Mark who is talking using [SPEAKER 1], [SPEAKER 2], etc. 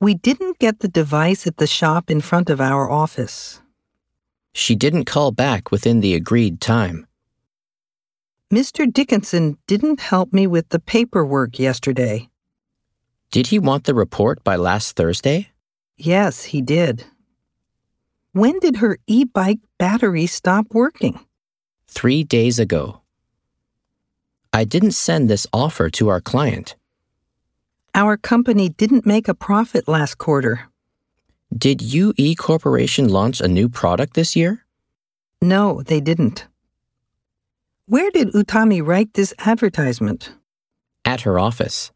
[SPEAKER 1] We didn't get the device at the shop in front of our office.
[SPEAKER 2] She didn't call back within the agreed time.
[SPEAKER 1] Mr. Dickinson didn't help me with the paperwork yesterday.
[SPEAKER 2] Did he want the report by last Thursday?
[SPEAKER 1] Yes, he did. When did her e bike battery stop working?
[SPEAKER 2] Three days ago. I didn't send this offer to our client.
[SPEAKER 1] Our company didn't make a profit last quarter.
[SPEAKER 2] Did UE Corporation launch a new product this year?
[SPEAKER 1] No, they didn't. Where did Utami write this advertisement?
[SPEAKER 2] At her office.